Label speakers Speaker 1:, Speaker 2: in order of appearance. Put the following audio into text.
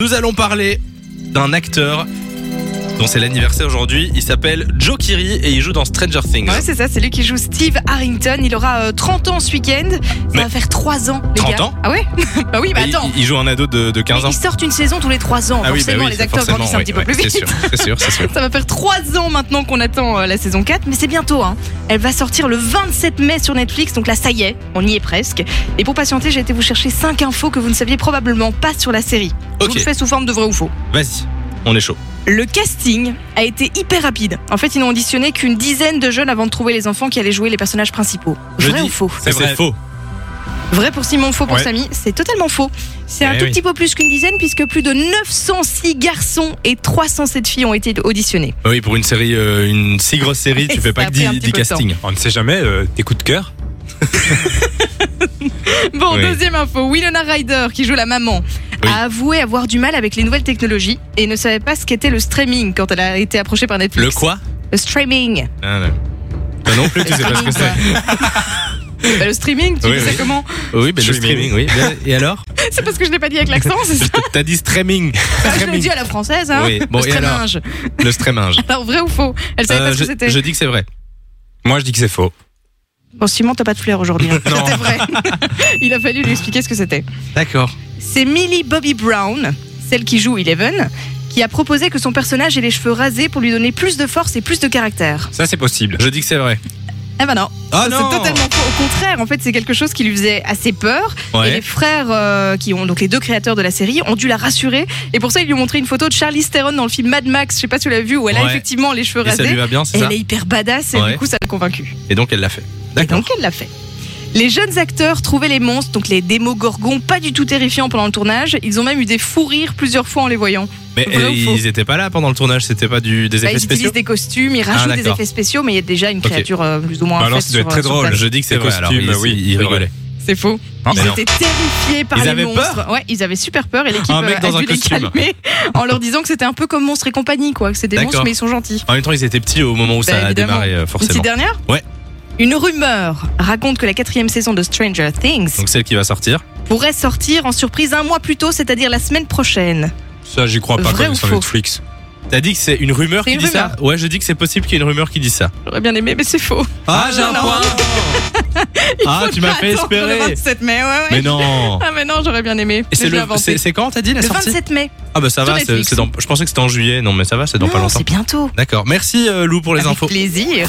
Speaker 1: Nous allons parler d'un acteur dont c'est l'anniversaire aujourd'hui. Il s'appelle Joe Keery et il joue dans Stranger Things.
Speaker 2: Ouais, c'est ça, c'est lui qui joue Steve Harrington. Il aura euh, 30 ans ce week-end. Ça
Speaker 1: Mais-
Speaker 2: va faire 3 ans, les
Speaker 1: 30
Speaker 2: gars.
Speaker 1: ans
Speaker 2: Ah ouais Bah oui, bah
Speaker 1: Et il-
Speaker 2: attends.
Speaker 1: il, joue un ado de, de 15
Speaker 2: Mais
Speaker 1: ans.
Speaker 2: ils sortent une saison tous les 3 ans.
Speaker 1: Ah oui, bah
Speaker 2: forcément,
Speaker 1: oui,
Speaker 2: les acteurs
Speaker 1: forcément,
Speaker 2: grandissent un
Speaker 1: ouais,
Speaker 2: petit peu
Speaker 1: ouais,
Speaker 2: plus
Speaker 1: C'est
Speaker 2: vite.
Speaker 1: sûr, c'est sûr, c'est sûr.
Speaker 2: Ça va faire 3 ans maintenant qu'on attend euh, la saison 4, mais c'est bientôt. Hein. Elle va sortir le 27 mai sur Netflix, donc là ça y est, on y est presque. Et pour patienter, j'ai été vous chercher 5 infos que vous ne saviez probablement pas sur la série. Je
Speaker 1: Ok,
Speaker 2: vous le fais sous forme de vrai ou faux.
Speaker 1: vas-y, on est chaud.
Speaker 2: Le casting a été hyper rapide. En fait, ils n'ont auditionné qu'une dizaine de jeunes avant de trouver les enfants qui allaient jouer les personnages principaux.
Speaker 1: Je
Speaker 2: Vrai
Speaker 1: dis-
Speaker 2: ou faux
Speaker 1: Ça, C'est faux.
Speaker 2: Vrai pour Simon, faux pour
Speaker 1: Ouais.
Speaker 2: Samy, c'est totalement faux. C'est un
Speaker 1: Eh
Speaker 2: tout
Speaker 1: oui.
Speaker 2: petit peu plus qu'une dizaine puisque plus de 906 garçons et 307 filles ont été auditionnés.
Speaker 1: Bah Oui, pour une série, euh, une si grosse série,
Speaker 2: Et
Speaker 1: tu fais
Speaker 2: ça
Speaker 1: pas
Speaker 2: a
Speaker 1: que
Speaker 2: pris un
Speaker 1: 10,
Speaker 2: petit peu de
Speaker 1: castings.
Speaker 3: On ne sait jamais, euh, des coups de cœur.
Speaker 2: Bon,
Speaker 1: Oui.
Speaker 2: deuxième info, Winona Ryder, qui joue la maman,
Speaker 1: Oui.
Speaker 2: a avoué avoir du mal avec les nouvelles technologies et ne savait pas ce qu'était le streaming quand elle a été approchée par Netflix.
Speaker 1: Le quoi
Speaker 2: Le streaming.
Speaker 1: Ah, non. Toi non plus, tu
Speaker 2: Le
Speaker 1: sais pas ce
Speaker 2: streaming,
Speaker 1: que c'est.
Speaker 2: quoi. Bah, le streaming, tu
Speaker 1: Oui,
Speaker 2: dis ça
Speaker 1: oui.
Speaker 2: comment
Speaker 1: Oui, mais le
Speaker 3: Streaming.
Speaker 1: streaming, oui. bien. Et alors
Speaker 2: C'est parce que je l'ai pas dit avec l'accent, c'est ça
Speaker 1: T'as dit streaming.
Speaker 2: Ah, Je l'ai dit à la française, hein
Speaker 1: Oui. Bon,
Speaker 2: Le
Speaker 1: et alors
Speaker 2: streaminge.
Speaker 1: Le streaminge.
Speaker 2: Alors, vrai ou faux Elle savait
Speaker 1: Euh,
Speaker 2: pas ce
Speaker 1: je,
Speaker 2: que c'était.
Speaker 1: je dis que c'est vrai.
Speaker 3: Moi, je dis que c'est faux.
Speaker 2: Bon, Simon, t'as pas de fleurs aujourd'hui. hein. C'était vrai. Il a fallu lui expliquer ce que c'était.
Speaker 1: D'accord.
Speaker 2: C'est Millie Bobby Brown, celle qui joue Eleven, qui a proposé que son personnage ait les cheveux rasés pour lui donner plus de force et plus de caractère.
Speaker 3: Ça, c'est possible.
Speaker 1: Je dis que c'est vrai.
Speaker 2: Eh ben non.
Speaker 1: Ah
Speaker 2: Ça,
Speaker 1: non
Speaker 2: C'est totalement faux. Au contraire, en fait, c'est quelque chose qui lui faisait assez peur. Et les frères, euh, qui ont donc les deux créateurs de la série, ont dû la rassurer. Et pour ça, ils lui ont montré une photo de Charlize Theron dans le film Mad Max. Je sais pas si tu l'as vu, où elle a
Speaker 1: Ouais.
Speaker 2: effectivement les cheveux
Speaker 1: Et ça lui
Speaker 2: rasés.
Speaker 1: va bien, c'est ça
Speaker 2: Elle est hyper badass et
Speaker 1: Ouais.
Speaker 2: du coup, ça l'a convaincue.
Speaker 1: Et donc elle l'a fait.
Speaker 2: Et
Speaker 1: D'accord.
Speaker 2: donc elle l'a fait. Les jeunes acteurs trouvaient les monstres, donc les démogorgons, pas du tout terrifiants pendant le tournage. Ils ont même eu des fous rires plusieurs fois en les voyant.
Speaker 1: Mais
Speaker 2: Vrai
Speaker 1: euh,
Speaker 2: ou faux
Speaker 1: ils étaient pas là pendant le tournage, c'était pas du, des
Speaker 2: Bah,
Speaker 1: effets
Speaker 2: ils
Speaker 1: spéciaux. Ah,
Speaker 2: utilisent des costumes, ils rajoutent des
Speaker 1: d'accord.
Speaker 2: effets spéciaux, mais il y a déjà une
Speaker 1: Ok.
Speaker 2: créature euh, plus ou moins.
Speaker 3: Bah alors,
Speaker 2: faite
Speaker 3: ça doit
Speaker 2: sur-
Speaker 3: être très
Speaker 2: sur
Speaker 3: drôle.
Speaker 2: place.
Speaker 1: Je dis que c'est
Speaker 3: Des
Speaker 1: vrai. Alors,
Speaker 3: costumes,
Speaker 1: ils,
Speaker 3: oui,
Speaker 1: ils
Speaker 3: ils
Speaker 1: rigolaient.
Speaker 2: C'est faux.
Speaker 3: Ah,
Speaker 2: ils
Speaker 1: mais non.
Speaker 2: étaient terrifiés par
Speaker 1: Ils
Speaker 2: les
Speaker 1: avaient
Speaker 2: monstres. ouais, ils avaient super peur et l'équipe
Speaker 1: Un mec
Speaker 2: euh,
Speaker 1: dans
Speaker 2: a
Speaker 1: un
Speaker 2: dû les
Speaker 1: costume.
Speaker 2: calmer en leur disant que c'était un peu comme Monstres et compagnie, quoi. Que c'est des
Speaker 1: D'accord.
Speaker 2: monstres, mais ils sont gentils.
Speaker 1: En même temps, ils étaient petits au moment où ça a
Speaker 2: Bah, évidemment.
Speaker 1: démarré, euh,
Speaker 2: Une petite
Speaker 1: forcément.
Speaker 2: dernière
Speaker 1: Ouais.
Speaker 2: Une rumeur raconte que la quatrième saison de Stranger Things
Speaker 1: Donc celle qui va sortir.
Speaker 2: pourrait sortir en surprise un mois plus tôt, c'est-à-dire la semaine prochaine.
Speaker 3: Ça, j'y crois pas
Speaker 2: Vrai
Speaker 3: comme
Speaker 2: ou
Speaker 3: sur
Speaker 2: faux
Speaker 3: Netflix.
Speaker 1: T'as dit que c'est une rumeur
Speaker 2: C'est
Speaker 1: qui
Speaker 2: une
Speaker 1: dit ça Ouais, je dis que c'est possible qu'il y ait une rumeur qui dit ça.
Speaker 2: J'aurais bien aimé, mais c'est faux.
Speaker 1: Ah,
Speaker 2: j'ai un non. point.
Speaker 1: Ah,
Speaker 2: Faut
Speaker 1: tu m'as
Speaker 2: pas
Speaker 1: fait
Speaker 2: attendre
Speaker 1: espérer.
Speaker 2: Le 27 mai, ouais, ouais.
Speaker 1: Mais non.
Speaker 2: Ah, mais non, j'aurais bien aimé.
Speaker 1: Et
Speaker 2: Mais
Speaker 1: c'est
Speaker 2: je l'ai
Speaker 1: le
Speaker 2: inventé.
Speaker 1: c'est c'est quand t'as dit la
Speaker 2: Le
Speaker 1: sortie
Speaker 2: 27 mai.
Speaker 1: Ah bah ça
Speaker 2: sur
Speaker 1: va, c'est
Speaker 2: Netflix.
Speaker 1: c'est dans je pensais que c'était en juillet. Non, mais ça va, c'est dans pas
Speaker 2: Non,
Speaker 1: longtemps.
Speaker 2: c'est bientôt.
Speaker 1: D'accord. Merci euh, Lou pour les
Speaker 2: Avec
Speaker 1: infos.
Speaker 2: plaisir.